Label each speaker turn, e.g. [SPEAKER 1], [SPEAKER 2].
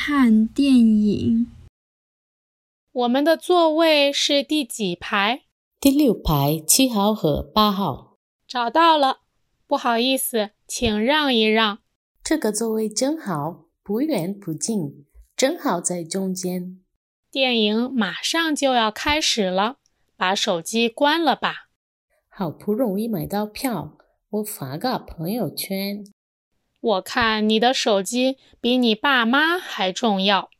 [SPEAKER 1] 看电影。
[SPEAKER 2] 我们的座位是第几排？
[SPEAKER 3] 第六排、七号和八号。
[SPEAKER 2] 找到了，不好意思，请让一让。
[SPEAKER 3] 这个座位真好，不远不近，正好在中间。
[SPEAKER 2] 电影马上就要开始了，把手机关了吧。
[SPEAKER 3] 好不容易买到票，我发个朋友圈。
[SPEAKER 2] 我看你的手机比你爸妈还重要。